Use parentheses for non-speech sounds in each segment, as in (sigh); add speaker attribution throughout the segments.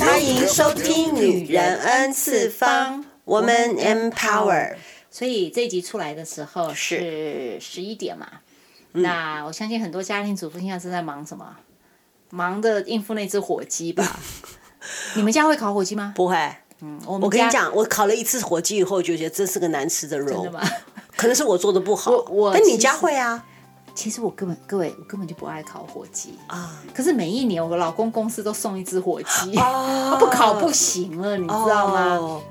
Speaker 1: 欢迎收听《女人 N 次方》，Woman Empower。
Speaker 2: 所以这集出来的时候是十一点嘛？那我相信很多家庭主妇现在是在忙什么？忙着应付那只火鸡吧？你们家会烤火鸡吗？
Speaker 1: 不会，
Speaker 2: 嗯，我们
Speaker 1: 我跟
Speaker 2: 家
Speaker 1: 你讲，我烤了一次火鸡以后，就觉得这是个难吃的
Speaker 2: 真
Speaker 1: 肉
Speaker 2: 的，吗？
Speaker 1: 可能是我做的不好。
Speaker 2: 我我
Speaker 1: 但你
Speaker 2: 其
Speaker 1: 家
Speaker 2: 实
Speaker 1: 会啊
Speaker 2: 其实我根本各位，我根本就不爱烤火鸡。
Speaker 1: 啊
Speaker 2: 可是每一年我老公公司都送一只火鸡，
Speaker 1: 哦
Speaker 2: 他不烤不行了，你知道吗？
Speaker 1: 哦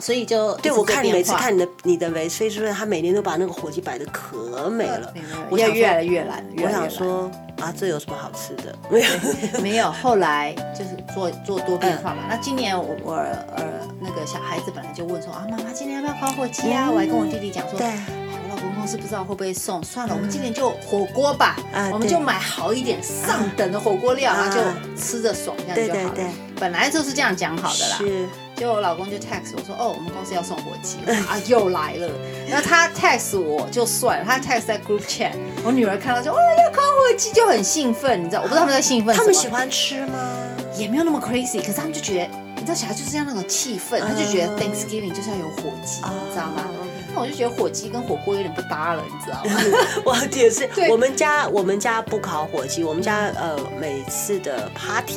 Speaker 2: 所以就
Speaker 1: 对，
Speaker 2: 一直
Speaker 1: 我
Speaker 2: 在
Speaker 1: 看
Speaker 2: 变
Speaker 1: 每次
Speaker 2: 化
Speaker 1: 看你的你的维菲主任，他每年都把那个火鸡摆的可美了
Speaker 2: 没有没有，
Speaker 1: 我
Speaker 2: 要
Speaker 1: 想
Speaker 2: 越
Speaker 1: 说
Speaker 2: 来越懒，越
Speaker 1: 我
Speaker 2: 来越
Speaker 1: 想
Speaker 2: 懒
Speaker 1: 说啊，这有什么好吃
Speaker 2: (laughs)
Speaker 1: 的？没有，
Speaker 2: 没有，后来就是做做多变化嘛。
Speaker 1: 嗯
Speaker 2: 那今年我我呃那个小孩子本来就问说啊，妈妈今年要不要烤火鸡啊？我还跟我弟弟讲
Speaker 1: 嗯
Speaker 2: 说，
Speaker 1: 对
Speaker 2: 哎，我老公公司不知道会不会送，算了，我们今年就火锅吧，
Speaker 1: 啊
Speaker 2: 我们
Speaker 1: 对
Speaker 2: 就买好一点上等的火锅料，
Speaker 1: 啊
Speaker 2: 然后就吃着爽这
Speaker 1: 对
Speaker 2: 样就好了。
Speaker 1: 对对
Speaker 2: 本来就是这样讲好的啦。
Speaker 1: 是
Speaker 2: 结果我老公就 text 我说，哦，我们公司要送火鸡
Speaker 1: 嗯
Speaker 2: 我说啊，又来了。然后他 text 我就算了，他 text 在 group chat，我女儿看到就哦要烤火鸡就很兴奋，你知道，我不知道他们在兴奋什
Speaker 1: 他
Speaker 2: 么。
Speaker 1: 们喜欢吃吗？
Speaker 2: 也没有那么 crazy，可是他们就觉得，你知道小孩就是要那种气氛，
Speaker 1: 嗯
Speaker 2: 他就觉得 Thanksgiving 就是要有火鸡，
Speaker 1: 啊
Speaker 2: 你知道吗？那我就觉得火鸡跟火锅有点不搭了，你知
Speaker 1: (laughs)
Speaker 2: 道吗？
Speaker 1: 我也是
Speaker 2: 对，
Speaker 1: 我们家我们家不烤火鸡，我们家呃每次的 party，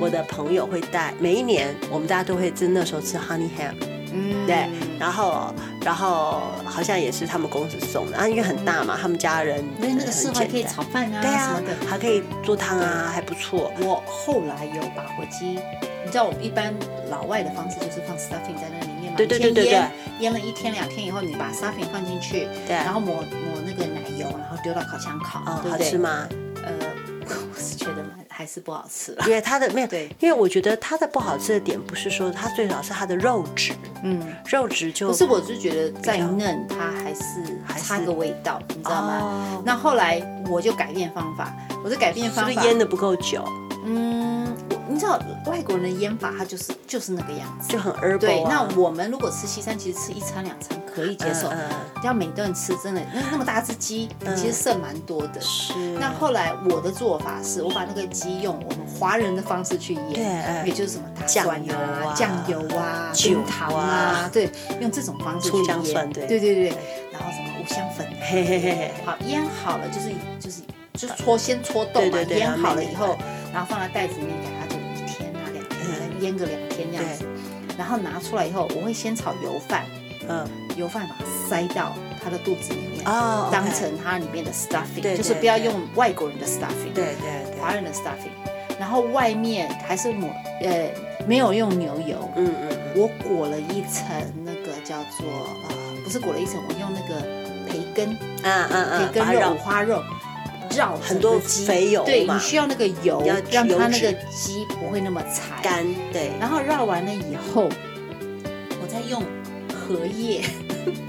Speaker 1: 我
Speaker 2: 嗯
Speaker 1: 的朋友会带，每一年我们大家都会在那时候吃 honey ham，
Speaker 2: 嗯，
Speaker 1: 对，然后然后好像也是他们公司送的，啊，因为很大嘛，他们家人
Speaker 2: 因为那个事
Speaker 1: 很
Speaker 2: 后还
Speaker 1: 简
Speaker 2: 可以
Speaker 1: 单，
Speaker 2: 炒饭啊
Speaker 1: 对
Speaker 2: 什
Speaker 1: 啊
Speaker 2: 么的。，
Speaker 1: 还可以做汤啊，还不错。
Speaker 2: 我后来有把火鸡，你知道我们一般老外的方式就是放 stuffing 在那里面嘛，
Speaker 1: 对对对
Speaker 2: 你先
Speaker 1: 对
Speaker 2: 腌腌了一天两天以后，你把 stuffing 放进去，
Speaker 1: 对
Speaker 2: 然后抹抹那个奶油，然后丢到烤箱烤，
Speaker 1: 哦，
Speaker 2: 对
Speaker 1: 好
Speaker 2: 不
Speaker 1: 吃
Speaker 2: 对？
Speaker 1: 吗？
Speaker 2: 呃， (laughs) 我是觉得蛮还是不好吃了，
Speaker 1: 因为它的没有，
Speaker 2: 对
Speaker 1: 因为我觉得它的不好吃的点不是说它最少是它的肉质，
Speaker 2: 嗯。
Speaker 1: 肉质就
Speaker 2: 可是我是觉得再
Speaker 1: 比较
Speaker 2: 嫩，它还是
Speaker 1: 还是
Speaker 2: 差个味道，你知道吗？
Speaker 1: 哦
Speaker 2: 那后来我就改变方法，我的改变
Speaker 1: 是不
Speaker 2: 方
Speaker 1: 是
Speaker 2: 法，
Speaker 1: 腌的不够久，
Speaker 2: 嗯，我你知道外国人的腌法，它就是就是那个样子。
Speaker 1: 就很 herbal
Speaker 2: 对，
Speaker 1: 啊
Speaker 2: 那我们如果吃西餐，其实吃一餐两餐可以接受，
Speaker 1: 嗯嗯
Speaker 2: 要每顿吃真的那那么大只鸡，其实剩蛮多的。
Speaker 1: 是，
Speaker 2: 那后来我的做法是，我把那个鸡用我们华人的方式去
Speaker 1: 对，
Speaker 2: 腌，也
Speaker 1: 嗯
Speaker 2: 就是什么大
Speaker 1: 酱
Speaker 2: 蒜
Speaker 1: 油啊
Speaker 2: 酱油啊、
Speaker 1: 酒
Speaker 2: 冰糖
Speaker 1: 啊
Speaker 2: 啊，对，用这种方式去
Speaker 1: 葱姜
Speaker 2: 腌
Speaker 1: 蒜对
Speaker 2: 对对对，然后什么五香粉啊，
Speaker 1: 嘿嘿嘿嘿，
Speaker 2: 好腌好了就是就是就是搓先搓豆嘛，
Speaker 1: 对对对
Speaker 2: 腌好了以
Speaker 1: 然后嗯
Speaker 2: 后，然后放在袋子里面，给它就一天啊两天啊，腌个两天这样子，然后拿出来以后，我会先炒油饭，
Speaker 1: 嗯，
Speaker 2: 油饭把它塞到它的肚子里面，
Speaker 1: 哦，
Speaker 2: 当成它里面的 stuffing，
Speaker 1: 对
Speaker 2: 就是
Speaker 1: 对
Speaker 2: 不要
Speaker 1: 对
Speaker 2: 用外国人的 stuffing，
Speaker 1: 对对对，
Speaker 2: 华人的 stuffing，然后外面还是抹呃没有用牛油，
Speaker 1: 嗯嗯
Speaker 2: 我裹了一层那个叫做呃不是裹了一层，我用那个培根
Speaker 1: 嗯嗯嗯，
Speaker 2: 培根
Speaker 1: 把
Speaker 2: 肉
Speaker 1: 肉
Speaker 2: 五花肉绕整
Speaker 1: 很多
Speaker 2: 个鸡
Speaker 1: 肥油
Speaker 2: 对
Speaker 1: 嘛
Speaker 2: 你需要那个油
Speaker 1: 要
Speaker 2: 让
Speaker 1: 油
Speaker 2: 它那
Speaker 1: 脂
Speaker 2: 个鸡不会那么柴。
Speaker 1: 干，对，
Speaker 2: 然后绕完了以后，我再用荷叶 (laughs)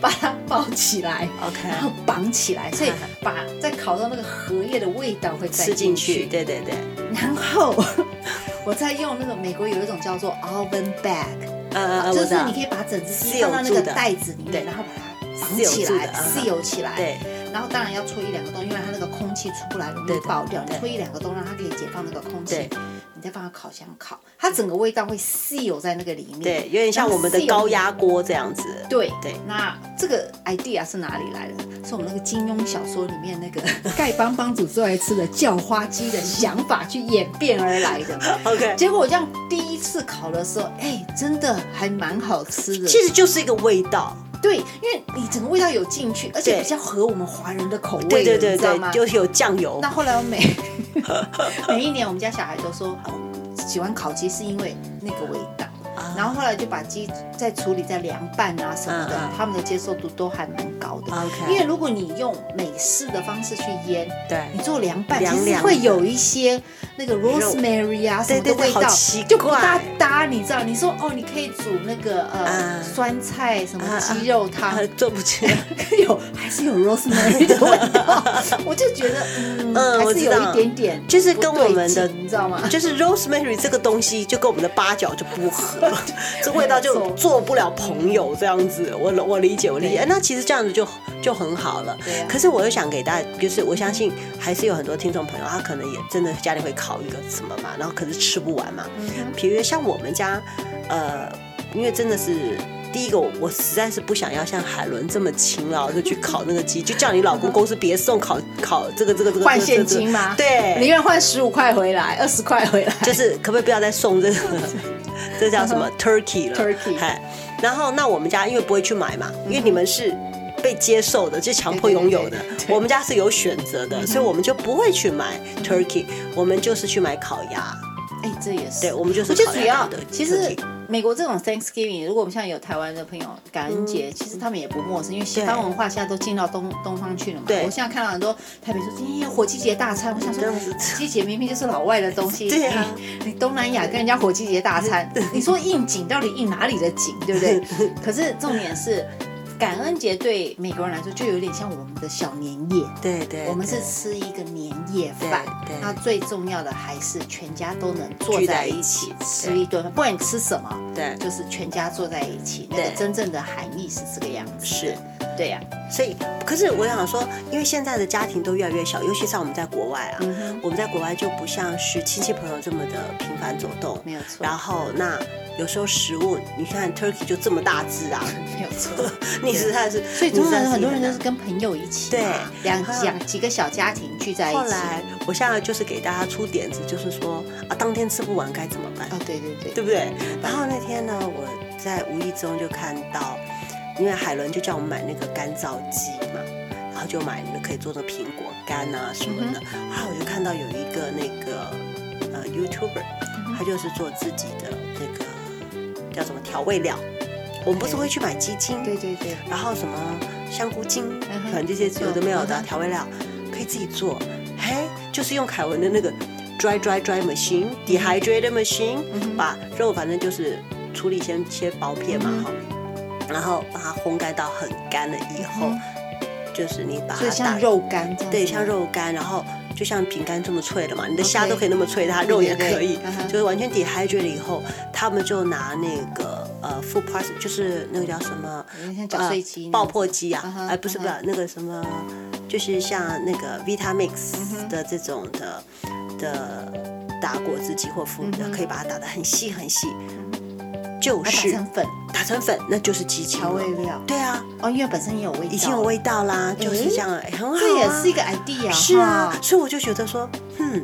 Speaker 2: 把它包起来。
Speaker 1: OK，
Speaker 2: 然后绑起来，所以把再烤到那个荷叶的味道会再
Speaker 1: (laughs) 吃进去，对对对，
Speaker 2: 然后 (laughs) 我再用那个美国有一种叫做 oven bag，、
Speaker 1: 嗯嗯嗯，
Speaker 2: 啊就
Speaker 1: 我知
Speaker 2: 是
Speaker 1: 道
Speaker 2: 你可，以把整只鸡
Speaker 1: seal
Speaker 2: 放到那个
Speaker 1: 住的
Speaker 2: 袋子里面，
Speaker 1: 对
Speaker 2: 然后把它绑起
Speaker 1: seal 住的
Speaker 2: 来，
Speaker 1: 嗯
Speaker 2: 自由起来。
Speaker 1: 对，
Speaker 2: 然后当然要戳一两个洞，因为它那个空气出不来，容
Speaker 1: 对
Speaker 2: 易
Speaker 1: 对
Speaker 2: 爆掉。你
Speaker 1: 对
Speaker 2: 戳一两个洞，让它可以解放那个空气
Speaker 1: 对。
Speaker 2: 你再放到烤箱烤，它整个味道会 seal 在那个里面。
Speaker 1: 对，有点像我们的高压锅这样子，
Speaker 2: 对
Speaker 1: 对
Speaker 2: 那这个 idea 是哪里来的？是我们那个金庸小说里面
Speaker 1: (laughs)
Speaker 2: 那个丐帮帮主最爱吃的叫花鸡的想法去演变而来的。
Speaker 1: (laughs) ，OK，
Speaker 2: 结果我这样第一次烤的时候，哎，真的还蛮好吃的。
Speaker 1: 其实就是一个味道，
Speaker 2: 对，因为你整个味道有进去，而且
Speaker 1: 对
Speaker 2: 比较合我们华人的口味了，
Speaker 1: 对对对
Speaker 2: 你知道
Speaker 1: 对，
Speaker 2: 吗？
Speaker 1: 就是有酱油
Speaker 2: 那，后来我
Speaker 1: (laughs)
Speaker 2: 每 (laughs) 每一年我们家小孩都说、哦、喜欢烤鸡是因为那个味道。
Speaker 1: 啊
Speaker 2: 然后后来就把鸡再处理、再凉拌啊什么的，
Speaker 1: 嗯嗯嗯
Speaker 2: 他们的接受度都还蛮高的。
Speaker 1: OK
Speaker 2: 因为如果你用美式的方式去腌，
Speaker 1: 对
Speaker 2: 你做凉拌，
Speaker 1: 凉
Speaker 2: 其实
Speaker 1: 凉
Speaker 2: 会
Speaker 1: 的
Speaker 2: 有一些那个 rosemary 啊什么的
Speaker 1: 对对对
Speaker 2: 味道，
Speaker 1: 好奇
Speaker 2: 就不搭
Speaker 1: 怪
Speaker 2: 搭。你知道？你说哦，你可以煮那个呃、
Speaker 1: 啊
Speaker 2: 酸菜什么
Speaker 1: 啊啊
Speaker 2: 鸡肉汤，
Speaker 1: 啊 (laughs) 做不起来，
Speaker 2: 有 (laughs) 还是有 rosemary 的味道，
Speaker 1: (laughs)
Speaker 2: 我就觉得嗯，
Speaker 1: 嗯
Speaker 2: 还
Speaker 1: 我
Speaker 2: 是
Speaker 1: 知
Speaker 2: 有一
Speaker 1: 道
Speaker 2: 点点
Speaker 1: 就是
Speaker 2: 不
Speaker 1: 跟
Speaker 2: 对
Speaker 1: 我们的
Speaker 2: 劲你知道吗？
Speaker 1: 就是 rosemary 这个东西就跟我们的八角就不合，这味道
Speaker 2: 没
Speaker 1: 就
Speaker 2: 错
Speaker 1: 做不了朋友这样子。我我理解，我理解
Speaker 2: 对。
Speaker 1: 那其实这样子就就很好了。
Speaker 2: 对啊
Speaker 1: 可是我又想给大家，就是我相信还是有很多听众朋友，他可能也真的家里会烤一个什么嘛，然后可是吃不完嘛。比如像我们家，呃，因为真的是。第一个，我我实在是不想要像海伦这么勤劳的去烤那个鸡，就叫你老公公司别送烤烤这个这个这个
Speaker 2: 换
Speaker 1: 这个这个
Speaker 2: 现金吗？
Speaker 1: 对，
Speaker 2: 宁愿换十五块回来，二十块回来。
Speaker 1: 就是可不可以不要再送这个，这叫什
Speaker 2: (laughs)
Speaker 1: 么 turkey 了
Speaker 2: Turkey
Speaker 1: 哎，然后那我们家因为不会去买嘛，因为你们是。被接受的，就强迫拥有的
Speaker 2: 对对对。对
Speaker 1: 我们家是有选择的，所以我们就不会去买 turkey，我们就是去买烤鸭。
Speaker 2: 哎，这也是。
Speaker 1: 对，我们就是
Speaker 2: 我觉得
Speaker 1: 烤
Speaker 2: 主
Speaker 1: 鸭
Speaker 2: 要
Speaker 1: 的 turkey。
Speaker 2: 其实美国这种 Thanksgiving，如果我们像有台湾的朋友感恩
Speaker 1: 嗯
Speaker 2: 节，其实他们也不陌生，因为西方文化现在都进到东东方去了嘛。
Speaker 1: 对
Speaker 2: 我现在看到很多台北说今天火鸡节大餐，我想说
Speaker 1: 这样子
Speaker 2: 火鸡节明明就是老外的东西，哎
Speaker 1: 对啊
Speaker 2: 你你东南亚跟人家火鸡节大餐，你说应景到底应哪里的景，对不对？可是重点是。感恩节对美国人来说就有点像我们的小年夜，
Speaker 1: 对对，
Speaker 2: 我们是
Speaker 1: 对
Speaker 2: 吃一个年夜饭
Speaker 1: 对，对
Speaker 2: 那最重要的还是全家都能坐
Speaker 1: 聚
Speaker 2: 在
Speaker 1: 在
Speaker 2: 一
Speaker 1: 一
Speaker 2: 起
Speaker 1: 起
Speaker 2: 吃
Speaker 1: 对
Speaker 2: 一顿饭，不管你吃什么，
Speaker 1: 对
Speaker 2: 就是全家坐在一起，那个
Speaker 1: 对啊
Speaker 2: 真正的含义是这个样子。
Speaker 1: 是，
Speaker 2: 对呀、
Speaker 1: 所以，可是我想说，因为现在的家庭都越来越小，尤其像我们在国外啊，
Speaker 2: 嗯
Speaker 1: 我们在国外就不像是亲戚朋友这么的频繁走动，
Speaker 2: 没有错
Speaker 1: 然后那有时候食物，你看 turkey 就这么大只啊，
Speaker 2: 没有错。
Speaker 1: (laughs) 你实在是，
Speaker 2: 所以
Speaker 1: 你
Speaker 2: 通
Speaker 1: 实在
Speaker 2: 常很多人
Speaker 1: 难
Speaker 2: 都是跟朋友一起
Speaker 1: 对
Speaker 2: 嘛，两
Speaker 1: 然后
Speaker 2: 两几个小家庭聚在一
Speaker 1: 后
Speaker 2: 起。
Speaker 1: 来，我现在就是给大家出点子，就是说啊，当天吃不完该怎么办，
Speaker 2: 哦，对对对，
Speaker 1: 对不对？然后那天呢，我在无意中就看到，因为海伦就叫我们买那个干燥鸡嘛，然后就买那个可以做成苹果干啊什么
Speaker 2: 嗯
Speaker 1: 的。然后我就看到有一个那个呃 YouTuber，他
Speaker 2: 嗯
Speaker 1: 就是做自己的那个叫什么调味料。我们不是会去买鸡精，
Speaker 2: 对对对，
Speaker 1: 然后什么香菇精
Speaker 2: 嗯，哼
Speaker 1: 可能这些有的没有的
Speaker 2: 嗯
Speaker 1: 调味料，可以自己做。嘿，就是用凯文的那个 dry dry dry machine
Speaker 2: 嗯
Speaker 1: dehydrated machine，把肉反正就是处理先切薄片嘛
Speaker 2: 嗯
Speaker 1: 哈，然后把它烘干到很干了以后
Speaker 2: 嗯，
Speaker 1: 就是你把它
Speaker 2: 所以像
Speaker 1: 打
Speaker 2: 肉干这样子吗，
Speaker 1: 对，像肉干，然后就像饼干这么脆的嘛，你的虾
Speaker 2: OK
Speaker 1: 都可以那么脆，它肉也
Speaker 2: 对对
Speaker 1: 可
Speaker 2: 对
Speaker 1: 以
Speaker 2: 嗯哼，
Speaker 1: 就是完全 dehydrate 了以后，他们就拿那个呃 food parts，就是那个叫什么
Speaker 2: 有点像绞碎机
Speaker 1: 呃
Speaker 2: 那
Speaker 1: 爆
Speaker 2: 种
Speaker 1: 破机
Speaker 2: 嗯
Speaker 1: 啊
Speaker 2: 哼，
Speaker 1: 哎不是
Speaker 2: 嗯
Speaker 1: 不是那个什么，就是像那个
Speaker 2: 嗯
Speaker 1: Vitamix 的这种的的打果汁机或
Speaker 2: 嗯
Speaker 1: 辅的，可以把它打得很细很细，就
Speaker 2: 把它
Speaker 1: 是
Speaker 2: 嗯啊打成粉
Speaker 1: 打成粉，那就是鸡精
Speaker 2: 调
Speaker 1: 了
Speaker 2: 味。料。
Speaker 1: 对啊，
Speaker 2: 哦，因为本身也有味道，
Speaker 1: 已经有味道啦，就是这样，哎很好啊。
Speaker 2: 这也是一个 idea
Speaker 1: 是啊
Speaker 2: 哈，
Speaker 1: 所以我就觉得说，嗯，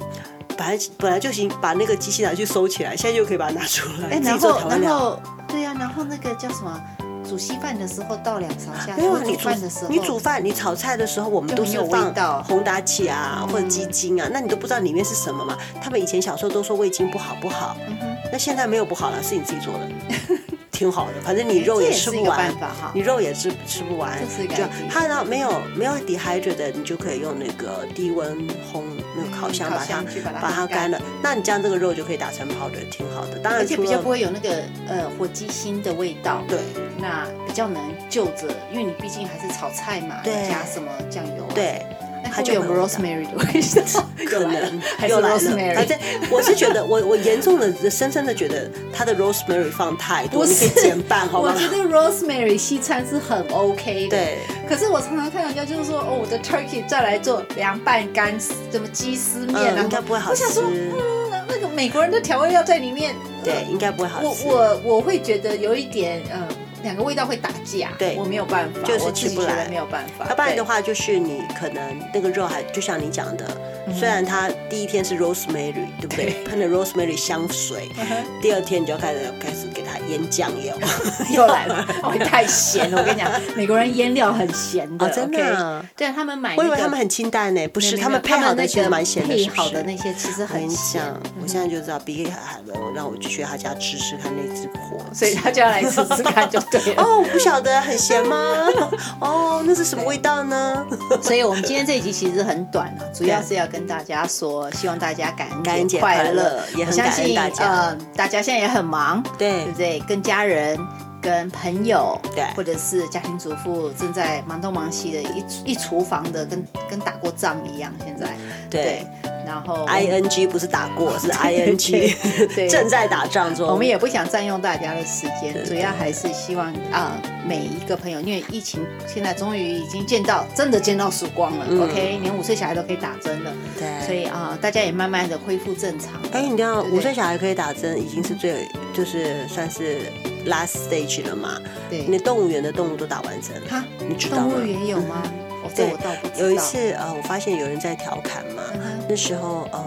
Speaker 1: 本来本来就行，把那个机器拿去收起来，现在就可以把它拿出来，
Speaker 2: 哎，
Speaker 1: 自己
Speaker 2: 然
Speaker 1: 做
Speaker 2: 后
Speaker 1: 调味
Speaker 2: 然
Speaker 1: 料。
Speaker 2: 后对呀、然后那个叫什么，煮稀饭的时候倒两勺下去，
Speaker 1: 没有
Speaker 2: 我
Speaker 1: 啊，你
Speaker 2: 煮饭的时候
Speaker 1: 你煮饭、你炒菜的时候，我们
Speaker 2: 就
Speaker 1: 都
Speaker 2: 很
Speaker 1: 是
Speaker 2: 有味
Speaker 1: 放
Speaker 2: 道嗯
Speaker 1: 红达起啊，或者鸡精啊，那你都不知道里面是什么嘛？他们以前小时候都说味精不好不好，
Speaker 2: 嗯
Speaker 1: 那现在没有不好了，是你自己做
Speaker 2: (laughs)
Speaker 1: 的，挺好的。反正你
Speaker 2: 哎
Speaker 1: 肉
Speaker 2: 这
Speaker 1: 也
Speaker 2: 也
Speaker 1: 吃
Speaker 2: 是一
Speaker 1: 不
Speaker 2: 个
Speaker 1: 完
Speaker 2: 办法哈，
Speaker 1: 你肉也吃吃不完
Speaker 2: 这是一，个
Speaker 1: 就
Speaker 2: idea
Speaker 1: 它呢没有没有 dehydrate 的，你就可以用那个低温烘那个烤箱
Speaker 2: 烤
Speaker 1: 把它
Speaker 2: 箱去把它
Speaker 1: 把它
Speaker 2: 烘干
Speaker 1: 干了，那你这样这个肉就可以打成泡的，挺好的。当
Speaker 2: 而
Speaker 1: 然
Speaker 2: 且
Speaker 1: 除
Speaker 2: 比较
Speaker 1: 了
Speaker 2: 不会有那个呃火鸡心的味道，
Speaker 1: 对
Speaker 2: 那比较能就着，因为你毕竟还是炒菜嘛，
Speaker 1: 对
Speaker 2: 加什么酱油、啊，，
Speaker 1: 对。
Speaker 2: 那
Speaker 1: 它
Speaker 2: 会不
Speaker 1: 就
Speaker 2: 会有
Speaker 1: 没有味道
Speaker 2: rosemary 的味道，
Speaker 1: 可
Speaker 2: 又来了
Speaker 1: 能
Speaker 2: 还是
Speaker 1: 又来
Speaker 2: rosemary
Speaker 1: 了，反正我是觉得，我我严重的、深深的觉得它的 rosemary 放太多，
Speaker 2: 不
Speaker 1: 你可以
Speaker 2: 是
Speaker 1: 减半，好
Speaker 2: 我
Speaker 1: 吗？
Speaker 2: 觉得 rosemary 西餐是很 OK 的，
Speaker 1: 对。
Speaker 2: 可是我常常看人家就是说，哦，我的 turkey 再来做凉拌干丝，什么鸡丝面啊，
Speaker 1: 嗯应该不会好
Speaker 2: 我想说，
Speaker 1: 吃
Speaker 2: 嗯，那个美国人的调味料在里面，
Speaker 1: 对，应该不会好
Speaker 2: 我
Speaker 1: 吃。
Speaker 2: 我我会觉得有一点，嗯，两个味道会打架，
Speaker 1: 对
Speaker 2: 我没有办法，
Speaker 1: 就是
Speaker 2: 我自己
Speaker 1: 起不
Speaker 2: 觉
Speaker 1: 来
Speaker 2: 得没有办法，
Speaker 1: 要不然的
Speaker 2: 对，
Speaker 1: 话，就是你可能那个肉还就像你讲的，
Speaker 2: 嗯
Speaker 1: 虽然它第一天是 rosemary，对不对？喷了 rosemary 香水，第二天你就要开始开始给它腌酱油，
Speaker 2: (laughs) (laughs) 又来了，我太咸了，我跟你讲，美国人腌料很咸的，
Speaker 1: 哦真的啊
Speaker 2: OK 对他们买那
Speaker 1: 我
Speaker 2: 个，
Speaker 1: 以为他们很清淡呢，不
Speaker 2: 没有
Speaker 1: 是，
Speaker 2: 没有
Speaker 1: 他们配好的其实蛮咸
Speaker 2: 他
Speaker 1: 的，
Speaker 2: 们那
Speaker 1: 是
Speaker 2: 个
Speaker 1: 不
Speaker 2: 配好的
Speaker 1: 是？
Speaker 2: 那些其实
Speaker 1: 我跟
Speaker 2: 很
Speaker 1: 你
Speaker 2: 咸，嗯
Speaker 1: 讲，我现在就知道，比给海伦让我去他家吃吃看那只火鸡，
Speaker 2: 所以他就要来试试看就对
Speaker 1: (laughs)
Speaker 2: 了。
Speaker 1: 哦，我不晓得，很咸
Speaker 2: (laughs)
Speaker 1: 吗？哦，那是什么味道呢？
Speaker 2: 所以，我们今天这一集其实很短啊，主要是要跟大家说，希望大家感恩
Speaker 1: 感恩节
Speaker 2: 快
Speaker 1: 快乐也
Speaker 2: 我
Speaker 1: 很
Speaker 2: 相
Speaker 1: 感恩
Speaker 2: 信
Speaker 1: 大家
Speaker 2: 呃，大家现在也很忙，
Speaker 1: 对
Speaker 2: 对不对？跟家人、跟朋友，
Speaker 1: 对
Speaker 2: 或者是家庭主妇正在忙东忙西的一一厨房的，跟跟打过仗一样。现在
Speaker 1: 对
Speaker 2: 然后
Speaker 1: ，I N G 不是打过，
Speaker 2: (laughs)
Speaker 1: 是 I N G
Speaker 2: 对
Speaker 1: 正在打仗中。
Speaker 2: 我们也不想占用大家的时间，
Speaker 1: 对
Speaker 2: 主要还是希望啊、每一个朋友，因为疫情现在终于已经见到真的见到曙光了、
Speaker 1: 嗯
Speaker 2: o k 连五岁小孩都可以打针了，
Speaker 1: 对，
Speaker 2: 所以啊、大家也慢慢的恢复正常了。
Speaker 1: 哎，你看
Speaker 2: 对
Speaker 1: 五岁小孩可以打针，已经是最就是算是 last stage 了嘛。
Speaker 2: 对，
Speaker 1: 你动物园的动物都打完针了，
Speaker 2: 哈，
Speaker 1: 你知道
Speaker 2: 动
Speaker 1: 吗
Speaker 2: 物？园有吗？哦，这
Speaker 1: 对
Speaker 2: 我倒不知道。
Speaker 1: 有一次呃，我发现有人在调侃嘛，
Speaker 2: 嗯哼，
Speaker 1: 那时候呃，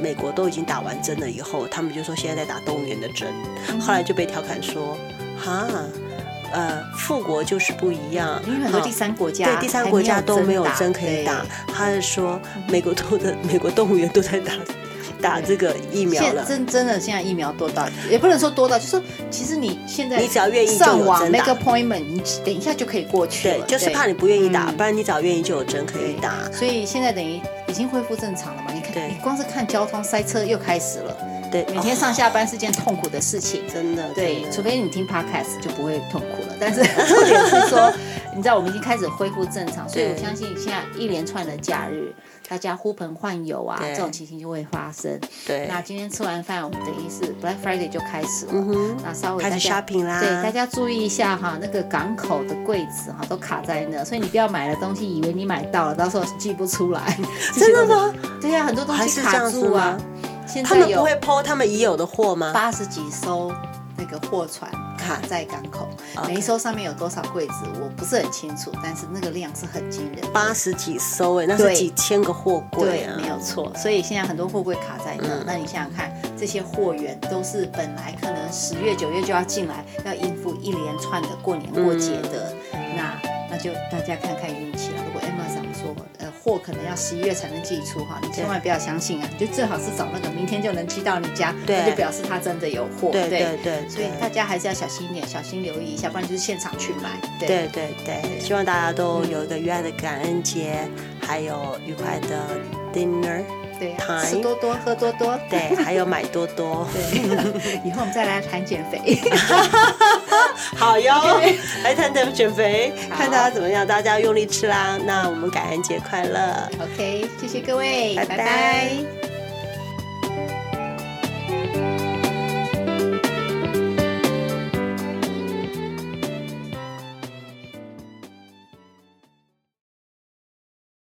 Speaker 1: 美国都已经打完针了以后，他们就说现在在打动物园的针，
Speaker 2: 嗯
Speaker 1: 后来就被调侃说，哈，呃，富国就是不一样，
Speaker 2: 因为很多
Speaker 1: 哈
Speaker 2: 第三国家
Speaker 1: 对，第三国家都没有针
Speaker 2: 针
Speaker 1: 可以打。他是说，
Speaker 2: 嗯
Speaker 1: 美国都的 (laughs) 美国动物园都在打打这个疫
Speaker 2: 对
Speaker 1: 苗
Speaker 2: 现
Speaker 1: 了，
Speaker 2: 真真的现在疫苗多到，也不能说多到，就是说其实你现在
Speaker 1: 你只要愿意就
Speaker 2: 上
Speaker 1: 有
Speaker 2: 网
Speaker 1: 针
Speaker 2: 那
Speaker 1: 打
Speaker 2: 个。appointment，你等一下就可以过去
Speaker 1: 对
Speaker 2: 了。，
Speaker 1: 就是怕你不愿意打，
Speaker 2: 嗯
Speaker 1: 不然你只要愿意就有针可以打。
Speaker 2: 所以现在等于已经恢复正常了嘛？你
Speaker 1: 对
Speaker 2: 看，你光是看交通塞车又开始了，
Speaker 1: 对，
Speaker 2: 每天
Speaker 1: 哦
Speaker 2: 上下班是件痛苦的事情。
Speaker 1: 真的
Speaker 2: 对，
Speaker 1: 真的
Speaker 2: 除非你听 podcast 就不会痛苦了。
Speaker 1: (laughs)
Speaker 2: 但是重点是说，你知道我们已经开始恢复正常，所以
Speaker 1: 对
Speaker 2: 我相信现在一连串的假日，大家呼朋唤友啊，
Speaker 1: 对
Speaker 2: 这种情形就会发生。
Speaker 1: 对，
Speaker 2: 那今天吃完饭，我们等于是 Black Friday 就开始了。
Speaker 1: 嗯哼，
Speaker 2: 那稍微
Speaker 1: 开
Speaker 2: 大
Speaker 1: 始
Speaker 2: 家
Speaker 1: shopping 啊啦，
Speaker 2: 对大家注意一下哈，那个港口的柜子哈都卡在
Speaker 1: 嗯
Speaker 2: 那，所以你不要买了东西，以为你买到了，到时候寄不出来。
Speaker 1: 真的
Speaker 2: (laughs)
Speaker 1: 吗？哦
Speaker 2: 对啊呀、很多东
Speaker 1: 还
Speaker 2: 西
Speaker 1: 是这
Speaker 2: 卡
Speaker 1: 样子
Speaker 2: 住啊
Speaker 1: 吗。
Speaker 2: 现
Speaker 1: 他
Speaker 2: 在
Speaker 1: 们不
Speaker 2: 有
Speaker 1: 会抛他们已有的货吗？
Speaker 2: 八十几艘那个货船卡在港口，每一艘上面有多少柜子，我不是很清楚，但是那个量是很惊人的。
Speaker 1: 八十几艘哎，那是
Speaker 2: 对
Speaker 1: 几千个货柜
Speaker 2: 对，
Speaker 1: 啊
Speaker 2: 没，有错。所以现在很多货柜卡在那，
Speaker 1: 嗯
Speaker 2: 那你想想看，这些货源都是本来可能十月、九月就要进来，要应付一连串的过年过节的，
Speaker 1: 嗯
Speaker 2: 那那就大家看看运气了。如果 Amazon 说，呃，货可能要十一月才能寄出哈，你千万不要相信啊，你就最好是找那个明天就能寄到你家，
Speaker 1: 对
Speaker 2: 那就表示它真的有货，
Speaker 1: 对对对，
Speaker 2: 所以大家还是要小心一点，小心留意一下，不然就是现场去买。对
Speaker 1: 对对对，希望大家都有一个愉快的感恩节，还有
Speaker 2: 嗯
Speaker 1: 愉快的 dinner，
Speaker 2: 对
Speaker 1: time
Speaker 2: 啊，吃多多，喝多多。
Speaker 1: 对，还有买多多，
Speaker 2: 对， (laughs) 以后我们再来谈减肥。 (laughs)
Speaker 1: 好哟，来谈谈减肥，
Speaker 2: 好
Speaker 1: 看大家怎么样，大家用力吃啦。那我们感恩节快乐。
Speaker 2: OK，谢谢各位，
Speaker 1: 拜
Speaker 2: 拜
Speaker 1: 拜
Speaker 2: 拜